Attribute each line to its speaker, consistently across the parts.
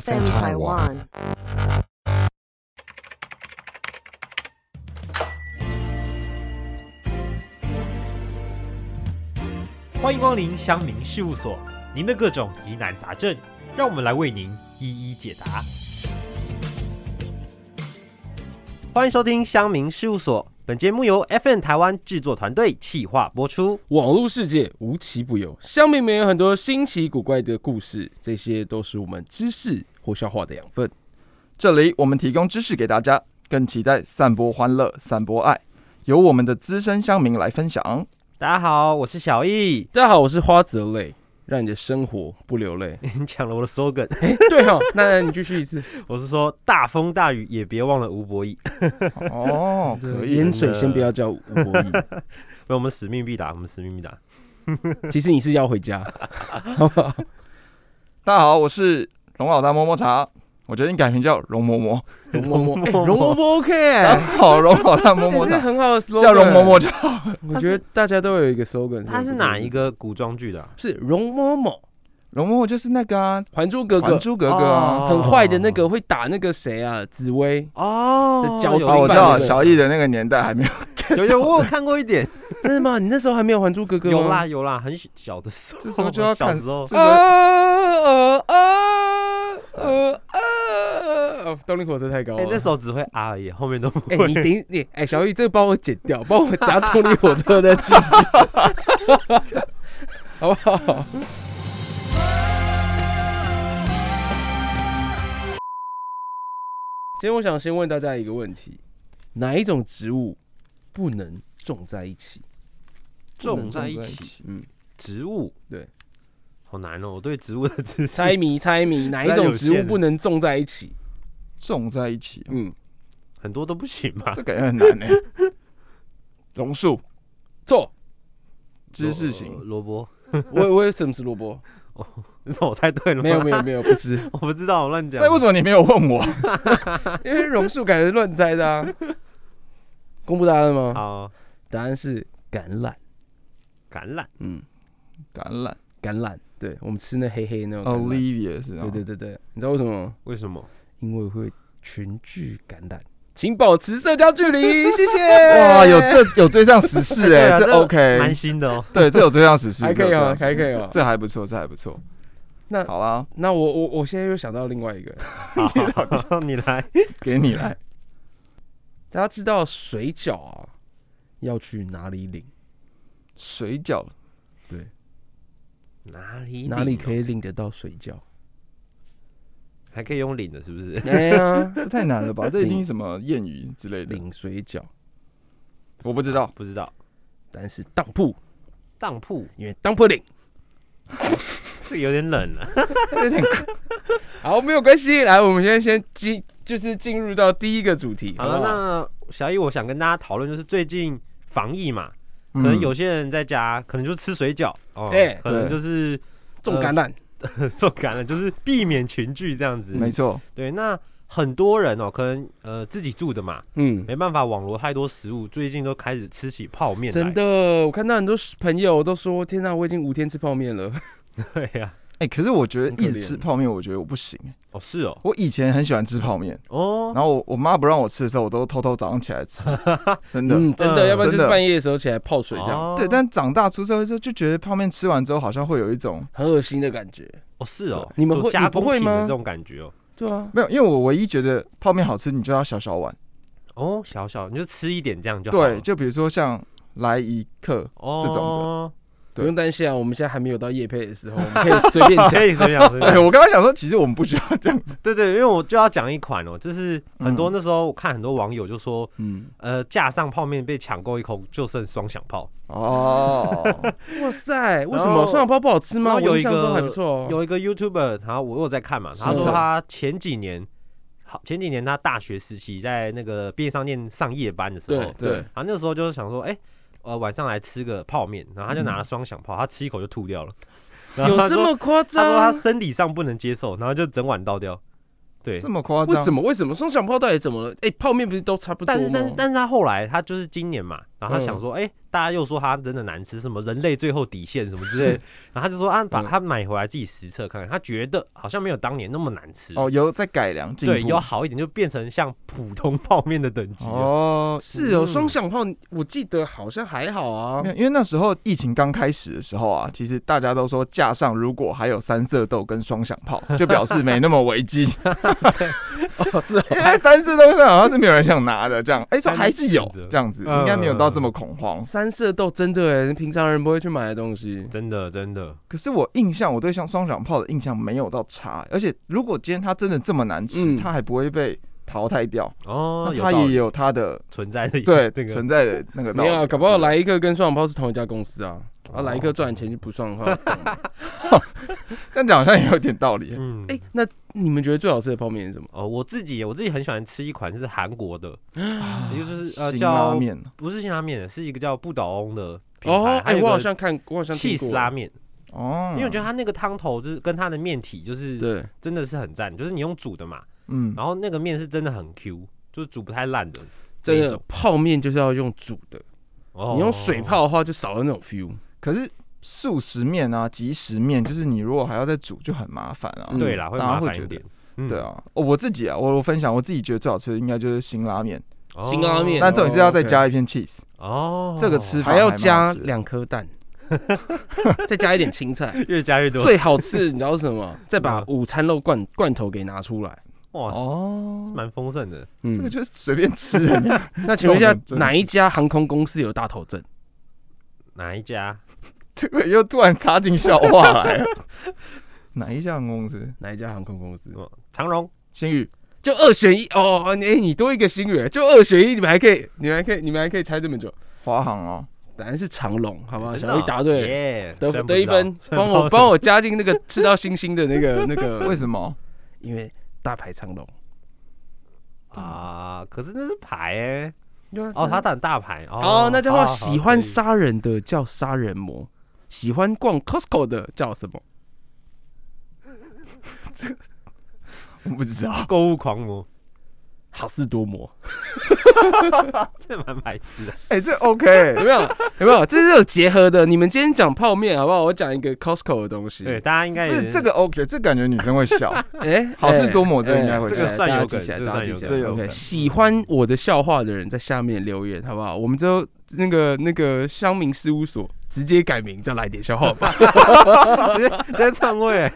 Speaker 1: FM Taiwan.
Speaker 2: 欢迎光临乡民事务所，您的各种疑难杂症，让我们来为您一一解答。欢迎收听乡民事务所，本节目由 FN 台湾制作团队企划播出。
Speaker 3: 网络世界无奇不有，乡民们有很多新奇古怪的故事，这些都是我们知识或消化的养分。
Speaker 4: 这里我们提供知识给大家，更期待散播欢乐、散播爱，由我们的资深乡民来分享。
Speaker 2: 大家好，我是小易，
Speaker 3: 大家好，我是花泽类，让你的生活不流泪。
Speaker 2: 你抢了我的 slogan，
Speaker 3: 对哈、哦，那你继续一 次。
Speaker 2: 我是说大风大雨也别忘了吴博义，
Speaker 4: 哦，可以
Speaker 3: 盐水先不要叫吴博义，
Speaker 2: 为我们使命必达，我们使命必达。
Speaker 3: 其实你是要回家，
Speaker 4: 大家好，我是龙老大摸摸茶，我决定改名叫容嬷嬷。
Speaker 3: 容嬷 嬷，哎容嬷嬷 OK，
Speaker 4: 大
Speaker 3: 哎
Speaker 4: 家好，容老大摸摸
Speaker 3: 这是
Speaker 4: 茶，
Speaker 3: 很好的 slogan，
Speaker 4: 叫容嬷嬷就好。
Speaker 3: 我觉得大家都有一个 slogan，
Speaker 2: 他是哪一？个古装剧的啊、
Speaker 3: 是容嬷嬷，《
Speaker 4: 容嬷嬷就是那个啊，
Speaker 3: 还珠格格哦
Speaker 4: 还》珠格格》啊。
Speaker 3: 很坏的那个会打那个谁啊，紫薇，
Speaker 2: 哦
Speaker 3: 的脚
Speaker 2: 有
Speaker 3: 哦
Speaker 4: 啊，我知道
Speaker 3: 对对对
Speaker 4: 小易的那个年代还没有，
Speaker 2: 有有，我有看过一点，
Speaker 3: 真的吗？你那时候还没有《还珠格格》吗？
Speaker 2: 有啦有啦，很小的时候，
Speaker 4: 这时候就 要
Speaker 2: 小
Speaker 4: 看
Speaker 2: 时候，
Speaker 4: 这时
Speaker 3: 哦
Speaker 4: 候
Speaker 3: 啊啊啊啊！动力火车太高
Speaker 2: 哎、那
Speaker 3: 了。
Speaker 2: 时候只会啊而已，后面都 不
Speaker 3: 哎、
Speaker 2: 会。
Speaker 3: 你顶你哎、小雨，这个帮我剪掉，帮我加动力火车的进去， 好不好？今天我想先问大家一个问题：哪一种植物不能种在一起？
Speaker 2: 种在一起，
Speaker 3: 嗯，
Speaker 2: 植物
Speaker 3: 对，
Speaker 2: 好难哦，我对植物的知识。
Speaker 3: 猜谜猜谜，哪一种植物不能种在一起？
Speaker 4: 种在一起，
Speaker 3: 嗯，
Speaker 2: 很多都不行嘛
Speaker 4: 这，感觉很难呢。欸榕树
Speaker 3: 错。
Speaker 4: 知识
Speaker 2: 萝
Speaker 4: 型，
Speaker 2: 萝卜，
Speaker 3: 我我有什么是萝卜？
Speaker 2: 你知道我猜对了吗？
Speaker 3: 没有没有没有，不 是，
Speaker 2: 我不知道，我乱讲。
Speaker 4: 那为什么你没有问我？
Speaker 3: 因为榕树感觉乱猜的啊。公布答案吗？
Speaker 2: 好，
Speaker 3: 答案是橄榄。
Speaker 2: 橄榄，
Speaker 3: 嗯，
Speaker 4: 橄榄
Speaker 3: 橄榄，对我们吃那黑黑那种
Speaker 4: 哦
Speaker 3: 橄榄。
Speaker 4: ，Olivia 是吗？
Speaker 3: 对对对对，你知道为什么吗？
Speaker 2: 为什么？
Speaker 3: 因为会群聚感染，请保持社交距离，谢谢。
Speaker 4: 哇，有这有追上时 事
Speaker 2: 对
Speaker 4: 哎、
Speaker 2: 啊
Speaker 4: 这
Speaker 2: 这个蛮
Speaker 4: OK，
Speaker 2: 新的哦。
Speaker 4: 对，这有追上时事，
Speaker 3: 还可以
Speaker 4: 这有
Speaker 3: 哦，
Speaker 4: 追上时
Speaker 3: 还
Speaker 4: 事
Speaker 3: 可以哦。
Speaker 4: 这还不错，这还不错。
Speaker 3: 那
Speaker 4: 好啦，
Speaker 3: 那我我我现在又想到另外一个，
Speaker 2: 好，好好你来。
Speaker 4: 给你来。
Speaker 3: 大家知道水饺啊要去哪里领？
Speaker 4: 水饺
Speaker 2: 哪里
Speaker 3: 哪里可
Speaker 4: 哦
Speaker 2: 以？
Speaker 3: 以领得到水饺？
Speaker 2: 还可以用领的，是不是？
Speaker 3: 哎呀，
Speaker 4: 这太难了 吧？这一定是什么谚语之类的，
Speaker 3: 领水饺，
Speaker 4: 我不知道。
Speaker 2: 不知道。
Speaker 3: 答案是当铺，
Speaker 2: 当铺
Speaker 3: 因为当铺领。
Speaker 2: 这个有点冷啊了。
Speaker 4: 这有点
Speaker 3: 好，没有关系。来，我们现在先进，就是进入到第一个主题。
Speaker 2: 好
Speaker 3: 不
Speaker 2: 了，那小易，我想跟大家讨论，就是最近防疫嘛，
Speaker 4: 嗯
Speaker 2: 可
Speaker 3: 嗯
Speaker 2: 能有些人在家，可能就吃水饺，哦
Speaker 3: 哎，
Speaker 2: 可能
Speaker 4: 对
Speaker 2: 就是
Speaker 3: 重感染，
Speaker 2: 呃受感了，就是避免群聚这样子。
Speaker 4: 嗯没错，
Speaker 2: 对，那很多人哦，可能呃自己住的嘛，
Speaker 3: 嗯，
Speaker 2: 没办法网罗太多食物，最近都开始吃起泡面来。
Speaker 3: 真的，我看到很多朋友都说，天哪、我已经五天吃泡面了。
Speaker 2: 对呀、
Speaker 4: 哎，可是我觉得
Speaker 3: 很可
Speaker 4: 一
Speaker 3: 怜
Speaker 4: 直吃泡面，我觉得我不行。
Speaker 2: 哦是哦，
Speaker 4: 我以前很喜欢吃泡面，
Speaker 2: 哦
Speaker 4: 然后我我妈不让我吃的时候，我都偷偷早上起来吃，真的。
Speaker 3: 嗯， 真 的，
Speaker 2: 嗯
Speaker 3: 要不然就是
Speaker 4: 真的
Speaker 3: 半夜的时候起来泡水这样，
Speaker 2: 哦
Speaker 4: 对，但长大出社会之后，就觉得泡面吃完之后，好像会有一种
Speaker 3: 很恶心的感觉。
Speaker 2: 哦是哦，
Speaker 3: 你们会
Speaker 2: 做加
Speaker 3: 你
Speaker 2: 工
Speaker 3: 不会
Speaker 2: 品的
Speaker 3: 吗
Speaker 2: 这种感觉哦。
Speaker 3: 对啊，
Speaker 4: 没有，因为我唯一觉得泡面好吃，你就要小小碗。
Speaker 2: 哦，小小你就吃一点这样就好了。
Speaker 4: 对，就比如说像来一克，
Speaker 2: 哦
Speaker 4: 这种
Speaker 3: 不
Speaker 4: 对
Speaker 3: 用担心啊，我们现在还没有到夜配的时候，我们可以随便 讲。
Speaker 2: 哦可以随便 讲随便
Speaker 4: 哎，
Speaker 2: 讲。
Speaker 4: 我刚刚想说，其实我们不需要这样子。
Speaker 2: 对对，因为我就要讲一款哦，就是很多
Speaker 4: 嗯
Speaker 2: 那时候我看很多网友就说，
Speaker 4: 嗯，
Speaker 2: 呃，架上泡面被抢购一空，就剩双响炮。
Speaker 4: 哦，
Speaker 3: 哇塞， 为什
Speaker 2: 然后
Speaker 3: 么蒜蓉泡不好吃吗？
Speaker 2: 然后有
Speaker 3: 我
Speaker 2: 一
Speaker 3: 印
Speaker 2: 个
Speaker 3: 象中还不错哦。
Speaker 2: 有一个 YouTuber，然后我有在看嘛，他
Speaker 4: 是
Speaker 2: 说
Speaker 4: 的
Speaker 2: 他前几年，好前几年他大学时期在那个便利商店上夜班的时候，
Speaker 3: 对
Speaker 2: 然
Speaker 4: 对
Speaker 3: 对，
Speaker 2: 后那时候就是想说，哎、呃晚上来吃个泡面，然后他就拿了双响炮，他吃一口就吐掉了，然后
Speaker 3: 有
Speaker 2: 他
Speaker 3: 这
Speaker 2: 说
Speaker 3: 么夸
Speaker 2: 他说他
Speaker 3: 张？
Speaker 2: 生理上不能接受，然后就整碗倒掉，对。
Speaker 4: 这么夸张？
Speaker 3: 为什么？为什么双响炮到底怎么了？哎，泡面不是都差不多嗯
Speaker 2: 但
Speaker 3: 吗？
Speaker 2: 是但是但是他后来他就是今年嘛，然后他想说，哎、大家又说它真的难吃，什么人类最后底线什么之 类的，然后他就说啊，
Speaker 3: 嗯
Speaker 2: 把它买回来自己实测看看，他觉得好像没有当年那么难吃，
Speaker 4: 哦，有在改良进步，
Speaker 2: 对，有好一点，就变成像普通泡面的等级啊了。
Speaker 4: 哦，
Speaker 3: 是哦，
Speaker 2: 嗯
Speaker 3: 双响炮，我记得好像还 好啊
Speaker 4: 没。有因为那时候疫情刚开始的时候啊，其实大家都说架上如果还有三色豆跟双响炮，就表示没那么 危机。
Speaker 3: 哦，是哦，
Speaker 4: 因为三色豆好像是没有人想拿的，这样，哎、说还是有这样子，
Speaker 2: 嗯
Speaker 4: 应该没有到这么恐慌。
Speaker 3: 三色豆真的耶，欸平常人不会去买的东西。
Speaker 2: 真的真的，
Speaker 4: 可是我印象，我对像双响炮的印象没有到差，而且如果今天它真的这么难吃，
Speaker 3: 嗯
Speaker 4: 它还不会被淘汰掉，
Speaker 2: 哦，
Speaker 4: 那
Speaker 2: 有
Speaker 4: 它
Speaker 2: 道
Speaker 4: 也
Speaker 2: 理，
Speaker 4: 有它的
Speaker 2: 存在的
Speaker 4: 对、
Speaker 2: 那个
Speaker 4: 存在的哦那个道
Speaker 3: 没有啊，
Speaker 4: 理。
Speaker 3: 搞不好莱一克跟双响炮是同一家公司啊。
Speaker 2: 哦
Speaker 3: 啊，莱一克赚的钱就不算的话，
Speaker 4: 这样讲好像也有点道理。
Speaker 2: 嗯，
Speaker 3: 哎，那你们觉得最好吃的泡面是什么？
Speaker 2: 哦，我自己我自己很喜欢吃一款是韩国的，
Speaker 3: 啊
Speaker 2: 也就是呃
Speaker 4: 辛拉
Speaker 2: 叫
Speaker 4: 面
Speaker 2: 不是辛拉面，是一个叫不倒翁的品
Speaker 3: 哦
Speaker 2: 牌，，
Speaker 3: 哎，
Speaker 2: 还有
Speaker 3: 我好
Speaker 2: 个
Speaker 3: 像看，我好像听
Speaker 2: cheese
Speaker 3: 过
Speaker 2: 拉面，
Speaker 4: 哦，
Speaker 2: 因为我觉得它那个汤头就是跟它的面体就是
Speaker 3: 嗯对，
Speaker 2: 真的是很赞，就是你用煮的嘛，
Speaker 4: 嗯，
Speaker 2: 然后那个面是真的很 Q，就是煮不太烂的。
Speaker 3: 真
Speaker 2: 那
Speaker 3: 的
Speaker 2: 种
Speaker 3: 泡面就是要用煮的，
Speaker 2: 哦
Speaker 3: 你用水泡的话就少了那种 feel。
Speaker 4: 可是速食面啊、即食面，就是你如果还要再煮，就很麻烦啊。
Speaker 3: 嗯
Speaker 2: 对啦，会
Speaker 4: 大家
Speaker 2: 麻
Speaker 4: 会
Speaker 2: 烦
Speaker 4: 觉
Speaker 2: 一
Speaker 4: 得
Speaker 2: 点。嗯
Speaker 4: 对，啊，哦我自己啊，我我分享我自己觉得最好吃的应该就是辛拉面，
Speaker 2: 哦
Speaker 3: 辛拉面
Speaker 4: 但重点是要再加一片 cheese，
Speaker 2: 哦，
Speaker 4: 这个吃法
Speaker 3: 还要
Speaker 4: 蛮好
Speaker 3: 加
Speaker 4: 吃的
Speaker 3: 两 颗蛋，再加一点青菜。
Speaker 2: 越加越多，
Speaker 3: 最好吃，你知道是 什么？再把
Speaker 2: 嗯
Speaker 3: 午餐肉罐罐头给拿出来。
Speaker 2: 哇，
Speaker 4: 哦，
Speaker 2: 蛮丰盛的。
Speaker 3: 嗯，
Speaker 4: 这个就是随便吃 的。
Speaker 3: 那请问一
Speaker 4: 这
Speaker 3: 下
Speaker 4: 种很，真实
Speaker 3: 哪一家航空公司有大头症？
Speaker 2: 哪一家？
Speaker 4: 这个又突然插进笑话来了。 哪一项公司？
Speaker 3: 哪一家航空公司？
Speaker 2: 什么长荣？
Speaker 4: 新宇
Speaker 3: 就二选一哦，哎、你多一个星月，就二选一，你们还可以，你们还可以，你们还可以猜这么久。
Speaker 4: 华航哦，
Speaker 3: 答案是长隆，好不好？
Speaker 2: 哎真
Speaker 3: 啊小
Speaker 2: 的啊
Speaker 3: 玉答对，
Speaker 2: 耶，
Speaker 3: 得
Speaker 2: 虽然不
Speaker 3: 得一
Speaker 2: 知道
Speaker 3: 分，帮我帮我加进那个吃到星星的那个那 个，
Speaker 4: 为什么？
Speaker 3: 因为大排长龙。
Speaker 2: 啊，可是那是牌哎，哦，他打很大牌
Speaker 3: 啊好，
Speaker 2: 哦。
Speaker 3: 那叫话喜欢
Speaker 2: 上
Speaker 3: 杀人的叫杀人魔，喜欢逛 Costco 的叫什么？
Speaker 4: 我不知道。
Speaker 2: 购物狂魔，
Speaker 3: 好事多磨。
Speaker 2: 这蛮白痴的。
Speaker 4: 哎、这 OK，
Speaker 3: 有没有？有没有？这是有结合的。你们今天讲泡面好不好？我讲一个 Costco 的东西。
Speaker 2: 对，，大家应该
Speaker 4: 不
Speaker 2: 也
Speaker 4: 是这个 OK，这感觉女生会笑。
Speaker 3: 哎，
Speaker 4: 好事多
Speaker 3: 抹
Speaker 4: 磨这个应该会
Speaker 2: 这个算有梗这个
Speaker 3: 大
Speaker 2: 算
Speaker 3: 家记
Speaker 2: 有
Speaker 3: 起
Speaker 2: 梗
Speaker 3: 来。
Speaker 4: 这有
Speaker 3: OK，
Speaker 4: 梗
Speaker 3: 喜欢我的笑话的人在下面留言好不好？我们之后那个那个乡民事务所直接改名叫来点笑话吧。
Speaker 2: 直 接直接篡位，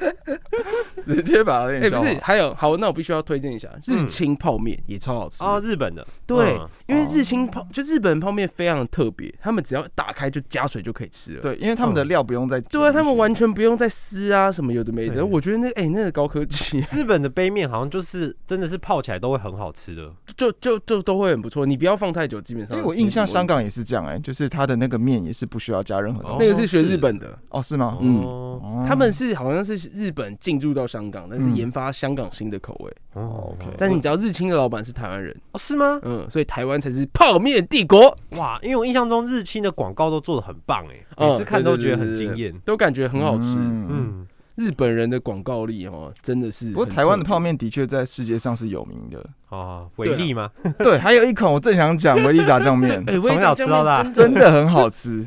Speaker 4: 直接把它给
Speaker 3: 哎，
Speaker 4: 你笑
Speaker 3: 不
Speaker 4: 话
Speaker 3: 是，还有好，那我必须要推荐一下日清泡面也超好吃。
Speaker 2: 哦，日本的，
Speaker 3: 对
Speaker 2: 嗯，
Speaker 3: 因为日清泡就日本泡面非常特别，他们只要打开就加水就可以吃了。
Speaker 4: 对，因为他们的料不用再、
Speaker 3: 对啊，他们完。全不用再撕啊什么有的没
Speaker 2: 对
Speaker 3: 的，我觉得那哎那个高科技。
Speaker 2: 日本的杯面好像就是真的是泡起来都会很好吃的，
Speaker 3: 就就就都会很不错，你不要放太久，基本
Speaker 4: 因
Speaker 3: 上。
Speaker 4: 为我印象香，港也是这样哎、就是它的那个面也是不需要加任何东西。
Speaker 3: 那个是学日本的，
Speaker 4: 哦，是吗？
Speaker 3: 嗯
Speaker 2: 哦
Speaker 4: 哦
Speaker 3: 他们是好像是日本进驻到香港，但是研发香港新的口味。
Speaker 2: 嗯哦
Speaker 4: OK
Speaker 3: 但是你知道日清的老板是台湾人，
Speaker 2: 哦是吗？
Speaker 3: 嗯，所以台湾才是泡面帝国，
Speaker 2: 哇，因为我印象中日清的广告都做的很棒哎，
Speaker 3: 嗯
Speaker 2: 每次看都觉得很
Speaker 3: 对对
Speaker 2: 惊
Speaker 3: 对
Speaker 2: 艳。
Speaker 3: 都感觉很好吃。
Speaker 4: 嗯，
Speaker 2: 嗯，
Speaker 3: 日本人的广告力哦，真的是很
Speaker 4: 不
Speaker 3: 特别。
Speaker 4: 过台湾的泡面的确在世界上是有名的。
Speaker 2: 哦，伟力吗？
Speaker 4: 对，还有一款我正想讲维力炸酱面，
Speaker 3: 哎，
Speaker 2: 从小吃到大
Speaker 3: 味道酱面
Speaker 4: 真
Speaker 3: 真的
Speaker 4: 的很好吃，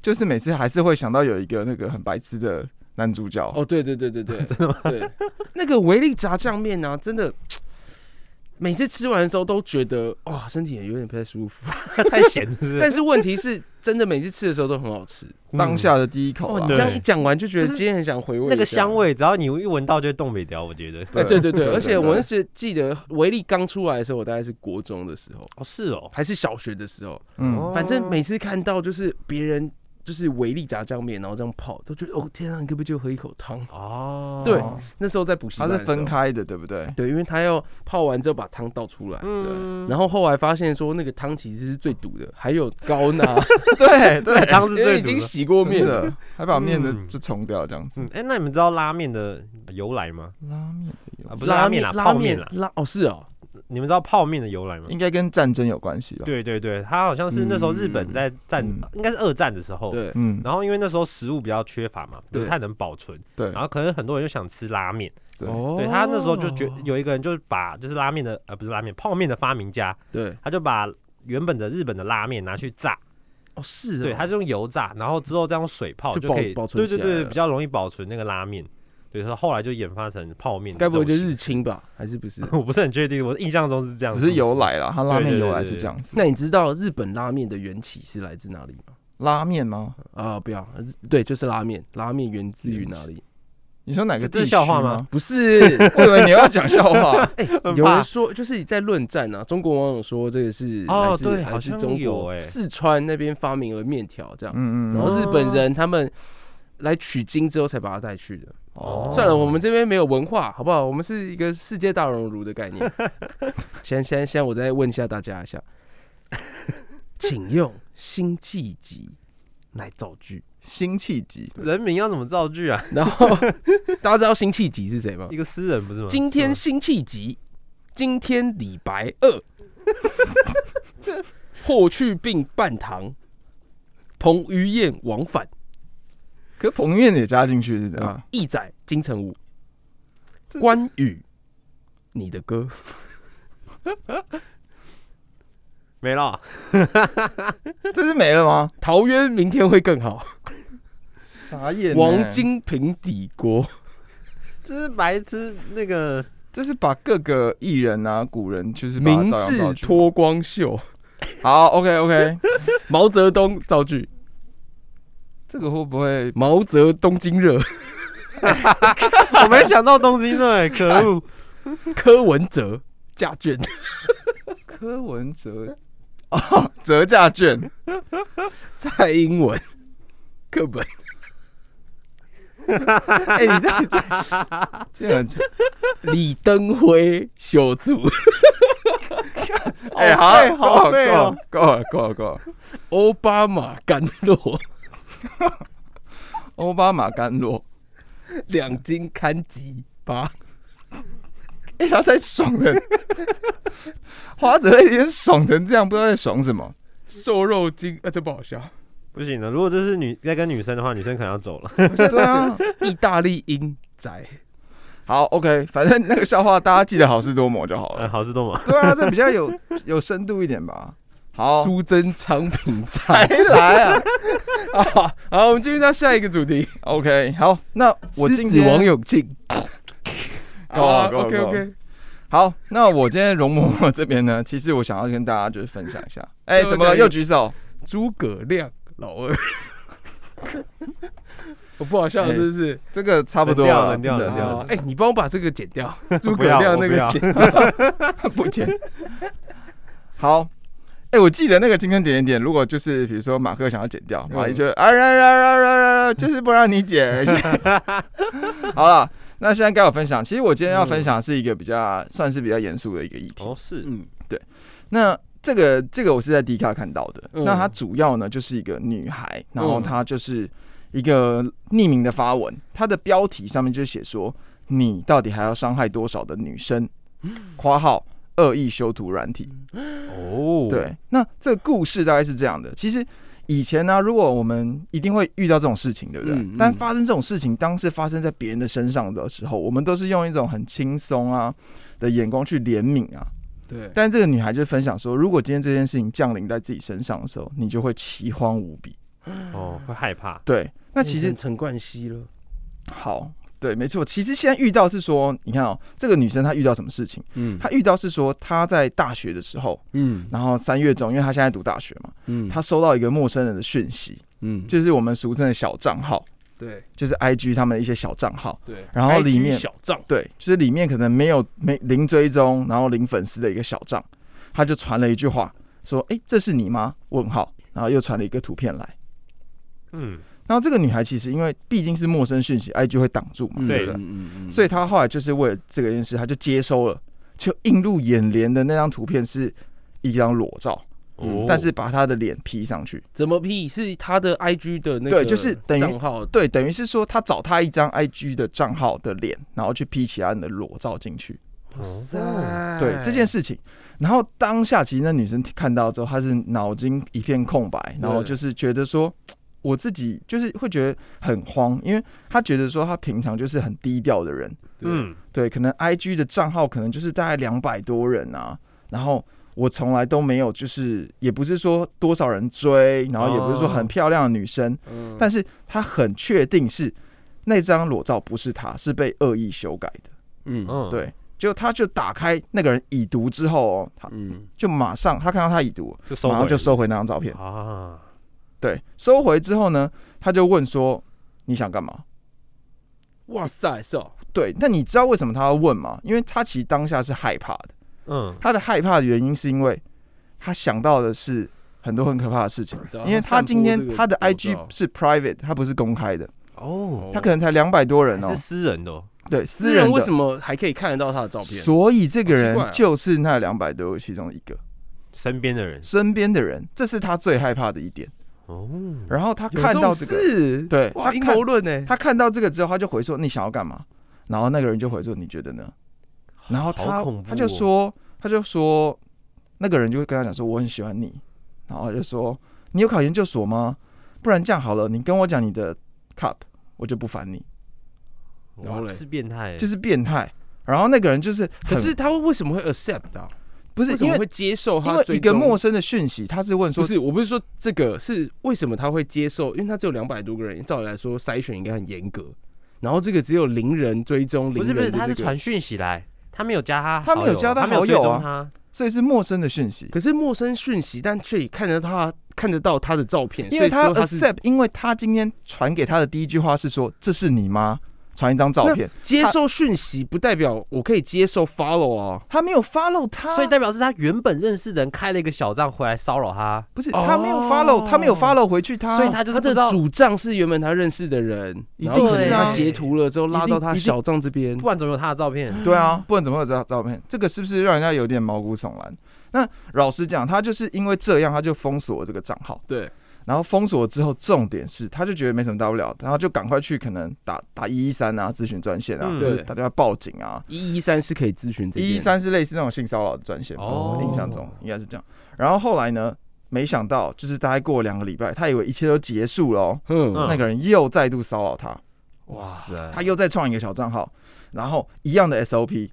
Speaker 4: 就是每次还是会想到有一个那个很白痴的男主角。
Speaker 3: 哦，对对对 对对，真的吗？对，那个维力炸酱面呢，真的。每次吃完的时候都觉得哇，身体也有点不太舒服，
Speaker 2: 太咸了是不 是，
Speaker 3: 但是问题是，真的每次吃的时候都很好吃。
Speaker 2: 嗯
Speaker 4: 当下的第一口啊
Speaker 3: 哦，
Speaker 4: 吧
Speaker 3: 你这，样
Speaker 2: 对
Speaker 3: 一讲完就觉得
Speaker 2: 就是
Speaker 3: 今天很想回味
Speaker 2: 那个
Speaker 3: 一下
Speaker 2: 香。味，只要你一闻到就会冻北掉，我觉得。
Speaker 3: 哎，对对对，而且我那时记得维力刚出来的时候，我大概是国中的时候，
Speaker 2: 哦，是哦，
Speaker 3: 还是小学的时候，
Speaker 4: 嗯
Speaker 2: 哦
Speaker 3: 反正每次看到就是别人就是维力炸酱面，然后这样泡，都觉得哦天啊，你可不可以喝一口汤？
Speaker 2: 哦，
Speaker 3: 对
Speaker 4: 哦
Speaker 3: 那时候在补习
Speaker 4: 它
Speaker 3: 班的
Speaker 4: 是
Speaker 3: 时候
Speaker 4: 分，开的，对不对？
Speaker 3: 对，因为他要泡完之后把汤倒出来。
Speaker 2: 嗯，
Speaker 3: 然后后来发现说那个汤其实是最毒的，还有 高钠，
Speaker 4: 对对，
Speaker 2: 汤是
Speaker 3: 因为
Speaker 2: 最
Speaker 3: 已
Speaker 2: 毒
Speaker 3: 经
Speaker 2: 的。
Speaker 3: 洗过面
Speaker 4: 面
Speaker 3: 了。
Speaker 4: 的还把面的
Speaker 2: 嗯
Speaker 4: 就冲掉这样子
Speaker 2: 嗯。，哎，那你们知道拉面的由来吗？
Speaker 4: 拉面的由
Speaker 2: 啊，
Speaker 4: 来
Speaker 2: 不是拉面啦，
Speaker 3: 拉
Speaker 2: 泡面啦。
Speaker 3: 拉哦是哦，
Speaker 2: 你们知道泡面的由来吗？
Speaker 4: 应该跟战争有关系吧？
Speaker 2: 对对对，它好像是那时候日本在战
Speaker 4: 嗯，
Speaker 2: 应该是二战的时候。
Speaker 3: 对，
Speaker 4: 嗯，
Speaker 2: 然后因为那时候食物比较缺乏嘛，
Speaker 3: 对
Speaker 2: 不太能保存，
Speaker 4: 对
Speaker 2: 然后可能很多人就想吃拉面，
Speaker 4: 对
Speaker 3: 哦
Speaker 2: 对他那时候就觉有一个人就把就是拉面的呃不是拉面泡面的发明家，
Speaker 3: 对
Speaker 2: 他就把原本的日本的拉面拿去炸，
Speaker 3: 哦，是哦，
Speaker 2: 对，它是用油炸，然后之后再用水泡
Speaker 3: 就
Speaker 2: 就可以，
Speaker 3: 保保存
Speaker 2: 对对
Speaker 3: 起来
Speaker 2: 对，
Speaker 3: 了
Speaker 2: 比较容易保存那个拉面。对，所以后来就研发成泡面的
Speaker 3: 该
Speaker 2: 这
Speaker 3: 不会
Speaker 2: 种
Speaker 3: 就
Speaker 2: 形式。
Speaker 3: 日清吧？还是不 是？
Speaker 2: 我不是很确定，我印象中是这样
Speaker 4: 只
Speaker 2: 子，
Speaker 4: 是由来啦，它拉面
Speaker 2: 对对对
Speaker 4: 由来是这样子。
Speaker 3: 那你知道日本拉面的缘起是来自哪里吗？
Speaker 4: 拉面吗？
Speaker 3: 啊、不要，日对，就是拉面，拉面源自于哪里？
Speaker 4: 你说哪个
Speaker 2: 这
Speaker 4: 地
Speaker 2: 是
Speaker 4: 区
Speaker 2: 笑话
Speaker 4: 吗？
Speaker 3: 不 是，
Speaker 4: 我以为你要讲笑话。
Speaker 3: 哎、
Speaker 2: 很
Speaker 3: 有
Speaker 2: 怕
Speaker 3: 人说，就是在论战啊，中国网友说这个是
Speaker 2: 哦
Speaker 3: 来自
Speaker 2: 对
Speaker 3: 来
Speaker 2: 好
Speaker 3: 自
Speaker 2: 像
Speaker 3: 中
Speaker 2: 有
Speaker 3: 国
Speaker 2: 哎
Speaker 3: 四川那边发明了面条这样，
Speaker 4: 嗯嗯
Speaker 3: 然
Speaker 2: 哦
Speaker 4: 嗯，
Speaker 3: 后日本人他们来取经之后才把它带去的。
Speaker 4: 哦，
Speaker 3: 算了，我们这边没有文化，好不好？我们是一个世界大熔炉的概念。 先先先，我再问一下大家一下， 请用辛弃疾来造句。
Speaker 4: 辛弃疾，
Speaker 2: 人名要怎么造句啊？
Speaker 3: 然后 大家知道辛弃疾是谁吗
Speaker 2: 一？个诗人不是吗？
Speaker 3: 今天
Speaker 2: 是
Speaker 3: 辛弃疾，今天李白二， 霍去病半唐，彭于晏往返
Speaker 4: 可彭于晏也加进去是这样
Speaker 3: 啊。，义载金城武，
Speaker 2: 这
Speaker 3: 关羽，你的歌。
Speaker 2: 吗没了，嗯
Speaker 4: 这是没了吗？
Speaker 3: 桃园明天会更好。
Speaker 4: 傻眼欸
Speaker 3: 王，金平底锅，
Speaker 2: 这是白痴那个
Speaker 4: 这是把各个艺人啊、古人就是把它
Speaker 3: 明
Speaker 4: 照样造
Speaker 3: 治
Speaker 4: 句
Speaker 3: 脱光秀，
Speaker 4: 好，OK OK，
Speaker 3: 毛泽东造句，
Speaker 4: 这个会不会
Speaker 3: 毛泽东今热，
Speaker 2: 我没想到东京队，可恶！
Speaker 3: 柯文哲家眷，
Speaker 4: 柯文哲哦折价券？
Speaker 3: 蔡英文课本，
Speaker 4: 哎、你到底在这样子？
Speaker 3: 李登辉小卒，
Speaker 4: 哎、
Speaker 2: 废
Speaker 4: 好，
Speaker 2: 好
Speaker 4: 够
Speaker 2: 废
Speaker 4: 了
Speaker 2: 哦，
Speaker 4: 够了，够了，够了。
Speaker 3: 奥巴马甘露，
Speaker 4: 奥巴马甘露，
Speaker 3: 两金堪吉八，
Speaker 4: 哎、他在爽的，花泽类已经爽成这样，不知道在爽什么。
Speaker 3: 瘦肉精，啊，这不好 笑。
Speaker 2: 不行了，如果这是女在跟女生的话，女生可能要走 了。
Speaker 4: 对啊，
Speaker 3: 意大利英宅，
Speaker 4: 好，OK，反正那个笑话大家记得好事多磨就好
Speaker 2: 呃，
Speaker 4: 了。
Speaker 2: 好事多磨，
Speaker 4: 对啊，这比较有有深度一点吧。好，
Speaker 3: 苏贞昌平
Speaker 4: 还
Speaker 3: 菜。
Speaker 4: 来啊
Speaker 3: 好，好，我们进入到下一个主题。
Speaker 4: ？OK，好，那我
Speaker 3: 狮
Speaker 4: 今
Speaker 3: 子
Speaker 4: 天
Speaker 3: 王永庆。
Speaker 4: 够了够了
Speaker 3: OK
Speaker 4: 够
Speaker 3: OK，
Speaker 4: 好，那我今天容嬷嬷这边呢，其实我想要跟大家就是分享一下。哎、
Speaker 3: 对
Speaker 4: 怎么了？
Speaker 3: 对
Speaker 4: 又举手？
Speaker 3: 诸葛亮老二， 我不好笑是不是？
Speaker 4: 这个差不多了，
Speaker 2: 冷掉冷
Speaker 4: 真的
Speaker 2: 掉
Speaker 3: 哦哎，你帮我把这个剪 掉，诸葛
Speaker 2: 不要
Speaker 3: 亮那
Speaker 2: 我不
Speaker 3: 个
Speaker 2: 要
Speaker 3: 剪，
Speaker 4: 不见。好，哎、我记得那个今天点点点，如果就是比如说马克想要剪掉，马一就
Speaker 3: 嗯
Speaker 4: 啊啦啦啦啦啦，就是不让你剪。 好了，那现在该我分享。其实我今天要分享是一个比较算是比较严肃的一个议题。
Speaker 2: 哦，是
Speaker 3: 嗯，
Speaker 4: 那这个这个我是在 D 卡看到的。
Speaker 3: 嗯
Speaker 4: 那它主要呢就是一个女孩，然后
Speaker 3: 嗯
Speaker 4: 她就是一个匿名的发文，她的标题上面就写说：“你到底还要伤害多少的女生？”（括号恶意修图软体）
Speaker 2: 哦，
Speaker 4: 对，那这个故事大概是这样的。其实以前呢、如果我们一定会遇到这种事情，对不对？
Speaker 3: 嗯嗯
Speaker 4: 但发生这种事情，当是发生在别人的身上的时候，我们都是用一种很轻松啊的眼光去怜悯啊。
Speaker 3: 对，
Speaker 4: 但这个女孩就分享说，如果今天这件事情降临在自己身上的时候，你就会奇慌无比。
Speaker 2: 哦，会害怕，
Speaker 4: 对，那其实
Speaker 3: 变成陈冠希了，嗯
Speaker 4: 好。对，没错。其实现在遇到是说，你看哦，这个女生她遇到什么事情？
Speaker 3: 嗯
Speaker 4: 她遇到是说她在大学的时候，
Speaker 3: 嗯
Speaker 4: 然后三月中，因为她现在读大学嘛，
Speaker 3: 嗯
Speaker 4: 她收到一个陌生人的讯息，
Speaker 3: 嗯，
Speaker 4: 就是我们俗称的小账号，
Speaker 3: 对
Speaker 4: 就是 IG 他们的一些小账号。
Speaker 3: 对，
Speaker 4: 然后里面
Speaker 3: IG 小账，
Speaker 4: 对，就是里面可能没有没零追踪，然后零粉丝的一个小账，他就传了一句话说：“哎、这是你吗？”问号，然后又传了一个图片来。
Speaker 2: 嗯，
Speaker 4: 然后这个女孩其实因为毕竟是陌生讯息，IG 会挡住嘛，
Speaker 3: 嗯
Speaker 4: 对
Speaker 2: 对
Speaker 4: 不对？
Speaker 3: 嗯嗯
Speaker 4: 所以她后来就是为了这个件事，她就接收了，就映入眼帘的那张图片是一张裸照，
Speaker 2: 哦，
Speaker 4: 嗯但是把她的脸 P 上去。
Speaker 3: 怎么 P 是他的 IG 的那个
Speaker 4: 对就是等于
Speaker 3: 账号，
Speaker 4: 对，等于是说他找他一张 IG 的账号的脸，然后去 P 其他人的裸照进去。
Speaker 3: 哇
Speaker 2: 哦
Speaker 3: 塞，
Speaker 4: 对这件事情，然后当下其实那女生看到之后，她是脑筋一片空白，然后
Speaker 3: 对
Speaker 4: 就是觉得说，我自己就是会觉得很慌，因为她觉得说她平常就是很低调的人，
Speaker 3: 嗯
Speaker 2: 嗯，
Speaker 4: 对，可能 IG 的账号可能就是大概两百多人啊，然后我从来都没有，就是也不是说多少人追，然后也不是说很漂亮的女生，
Speaker 3: 嗯
Speaker 4: 但是他很确定是那张裸照不是他，是被恶意修改的。
Speaker 3: 嗯
Speaker 2: 嗯，
Speaker 4: 对，就他就打开那个人已读之后哦，他
Speaker 3: 嗯，
Speaker 4: 就马上他看到他已读，
Speaker 2: 就收
Speaker 4: 马上
Speaker 2: 回
Speaker 4: 就收回那张照片。
Speaker 2: 啊，
Speaker 4: 对，收回之后呢，他就问说你想干嘛？
Speaker 3: 哇塞，是哦，
Speaker 4: 对，那你知道为什么他要问吗？因为他其实当下是害怕的，
Speaker 2: 嗯，
Speaker 4: 他的害怕的原因是因为他想到的是很多很可怕的事情。因为他今天他的 IG 是 private，他不是公开的，
Speaker 2: 哦，
Speaker 4: 他可能才两百多人哦
Speaker 2: 还是，私人的哦，
Speaker 4: 对，
Speaker 3: 私
Speaker 4: 人
Speaker 3: 人为什
Speaker 4: 么？
Speaker 3: 么还可以看得到他的照片？
Speaker 4: 所以这个
Speaker 3: 好奇怪
Speaker 4: 人
Speaker 3: 啊
Speaker 4: 就是那两百多其中一个
Speaker 2: 身边的人
Speaker 4: 身边的人，这是他最害怕的一点。
Speaker 2: 哦，
Speaker 4: 然后他
Speaker 3: 有
Speaker 4: 看
Speaker 3: 种
Speaker 4: 到这个，
Speaker 3: 事
Speaker 4: 对
Speaker 3: 哇，
Speaker 4: 他
Speaker 3: 阴
Speaker 4: 看
Speaker 3: 谋论欸呢？
Speaker 4: 他看到这个之后，他就回说：“你想要干嘛？”然后那个人就回说：“你觉得呢？”然后他
Speaker 2: 好恐怖哦
Speaker 4: 他就说他就说那个人就会跟他讲说：“我很喜欢你。”然后他就说：“你有考研究所吗？不然这样好了，你跟我讲你的 cup，我就不烦你。
Speaker 3: 然后
Speaker 2: 哇，
Speaker 3: 嘞
Speaker 2: 是变态欸，”
Speaker 4: 就是变态。然后那个人就是很，
Speaker 3: 可是他为什么会 accept 啊？
Speaker 4: 不是
Speaker 3: 为什
Speaker 4: 因
Speaker 3: 么
Speaker 4: 为
Speaker 3: 会接受
Speaker 4: 因
Speaker 3: 他
Speaker 4: 为
Speaker 3: 追
Speaker 4: 一个
Speaker 3: 踪
Speaker 4: 陌生的讯息，他是问
Speaker 3: 不
Speaker 4: 说
Speaker 3: 是，我不是说这个，是为什么他会接受？因为他只有两百多个人，照理来说筛选应该很严格。然后这个只有零人追踪，
Speaker 2: 不
Speaker 3: 零
Speaker 2: 是
Speaker 3: 人
Speaker 2: 不
Speaker 3: 的
Speaker 2: 是，
Speaker 3: 这
Speaker 2: 他
Speaker 3: 个
Speaker 2: 是传讯息来，他没有加他好友，
Speaker 4: 他没有加他
Speaker 2: 他没有
Speaker 4: 好友
Speaker 2: 追踪
Speaker 4: 啊
Speaker 2: 他，
Speaker 4: 所以是陌生的讯息，
Speaker 3: 可是陌生讯息，但却看得到他看得到他的照片，
Speaker 4: 因
Speaker 3: 所
Speaker 4: 为
Speaker 3: 以
Speaker 4: 他
Speaker 3: 说他是
Speaker 4: accept，因为他今天传给他的第一句话是说：“这是你吗？”传一张照片，
Speaker 3: 接受讯息，不代表我可以接受 follow 啊。
Speaker 4: 他没有 follow 他，
Speaker 2: 所以代表是他原本认识的人开了一个小账回来骚扰他，
Speaker 4: 不是
Speaker 3: 哦
Speaker 4: 他没有 follow，他没有 follow 回去他，
Speaker 2: 所以他就是
Speaker 3: 他
Speaker 2: 不知道
Speaker 3: 的，主账是原本他认识的人，
Speaker 4: 一
Speaker 3: 然后
Speaker 2: 定
Speaker 3: 可能
Speaker 2: 是啊
Speaker 3: 他截图了之后拉到他
Speaker 4: 一定
Speaker 3: 小账这边，
Speaker 2: 不然怎么有他的照片？
Speaker 4: 对啊，不然怎么会有这张照片？这个是不是让人家有点毛骨悚然？那老实讲，他就是因为这样，他就封锁了这个账号，
Speaker 3: 对，
Speaker 4: 然后封锁之后，重点是他就觉得没什么大不了，然后就赶快去可能打打一一三啊，咨询专线啊，
Speaker 2: 嗯
Speaker 4: 就是
Speaker 3: 对
Speaker 4: 打电话报警啊，
Speaker 3: 一一三是可以咨询这件
Speaker 4: 一一，三是类似那种性骚扰的专线吧，
Speaker 2: 哦
Speaker 4: 我印象中应该是这样。然后后来呢，没想到就是大概过了两个礼拜，他以为一切都结束了、哦，
Speaker 3: 嗯，
Speaker 4: 那个人又再度骚扰他，
Speaker 2: 哇塞，
Speaker 4: 他又再创一个小账号，然后一样的 SOP，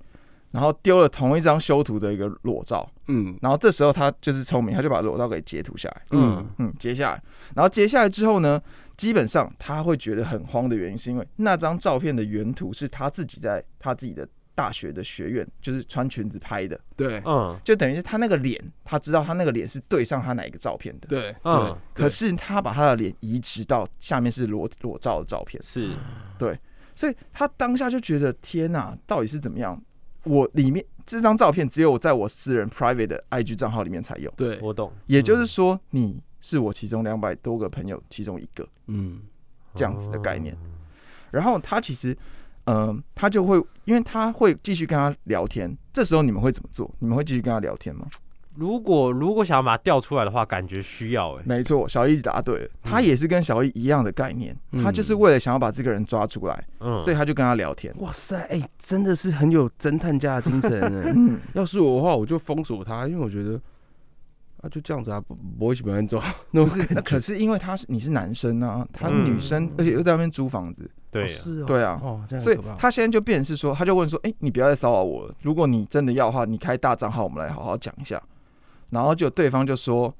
Speaker 4: 然后丢了同一张修图的一个裸照，
Speaker 3: 嗯
Speaker 4: 然后这时候他就是聪明，他就把裸照给截图下来，
Speaker 3: 嗯，
Speaker 4: 嗯，截下来，然后截下来之后呢，基本上他会觉得很慌的原因，是因为那张照片的原图是他自己在他自己的大学的学院，就是穿裙子拍的，
Speaker 3: 对
Speaker 2: 嗯
Speaker 4: 就等于是他那个脸，他知道他那个脸是对上他哪一个照片的，
Speaker 3: 对对
Speaker 2: 嗯，，
Speaker 4: 可是他把他的脸移植到下面是裸裸照的照片。
Speaker 2: 是
Speaker 4: 所以他当下就觉得天哪、到底是怎么样？我里面这张照片只有在我私人 private 的 IG 账号里面才有，
Speaker 3: 对，
Speaker 2: 我懂，
Speaker 4: 也就是说，你是我其中两百多个朋友其中一个
Speaker 3: 嗯
Speaker 4: 这样子的概念。然后他其实，嗯、他就会，因为他会继续跟他聊天。这时候你们会怎么做？你们会继续跟他聊天吗？
Speaker 2: 如果如果想要把它调出来的话，感觉需要哎、
Speaker 4: 没错，小易答对了，他也是跟小易一样的概念，
Speaker 3: 嗯
Speaker 4: 他就是为了想要把这个人抓出来，
Speaker 2: 嗯，
Speaker 4: 所以他就跟他聊天。
Speaker 3: 哇塞，哎、真的是很有侦探家的精神哎、
Speaker 4: 嗯，
Speaker 3: 要是我的话，我就封锁他，因为我觉得啊，就这样子啊，不不会喜欢抓，那
Speaker 4: 不
Speaker 3: 不
Speaker 4: 是，那可是因为他是你是男生啊，他
Speaker 2: 嗯
Speaker 4: 女生，而且又在那边租房子，
Speaker 2: 对啊，
Speaker 3: 是哦，
Speaker 4: 对啊，
Speaker 3: 哦，这样
Speaker 4: 所
Speaker 3: 很
Speaker 4: 以
Speaker 3: 可怕
Speaker 4: 他现在就变成是说，他就问说，哎、你不要再骚扰我了，如果你真的要的话，你开大账号，我们来好好讲一下。然后就对方就说，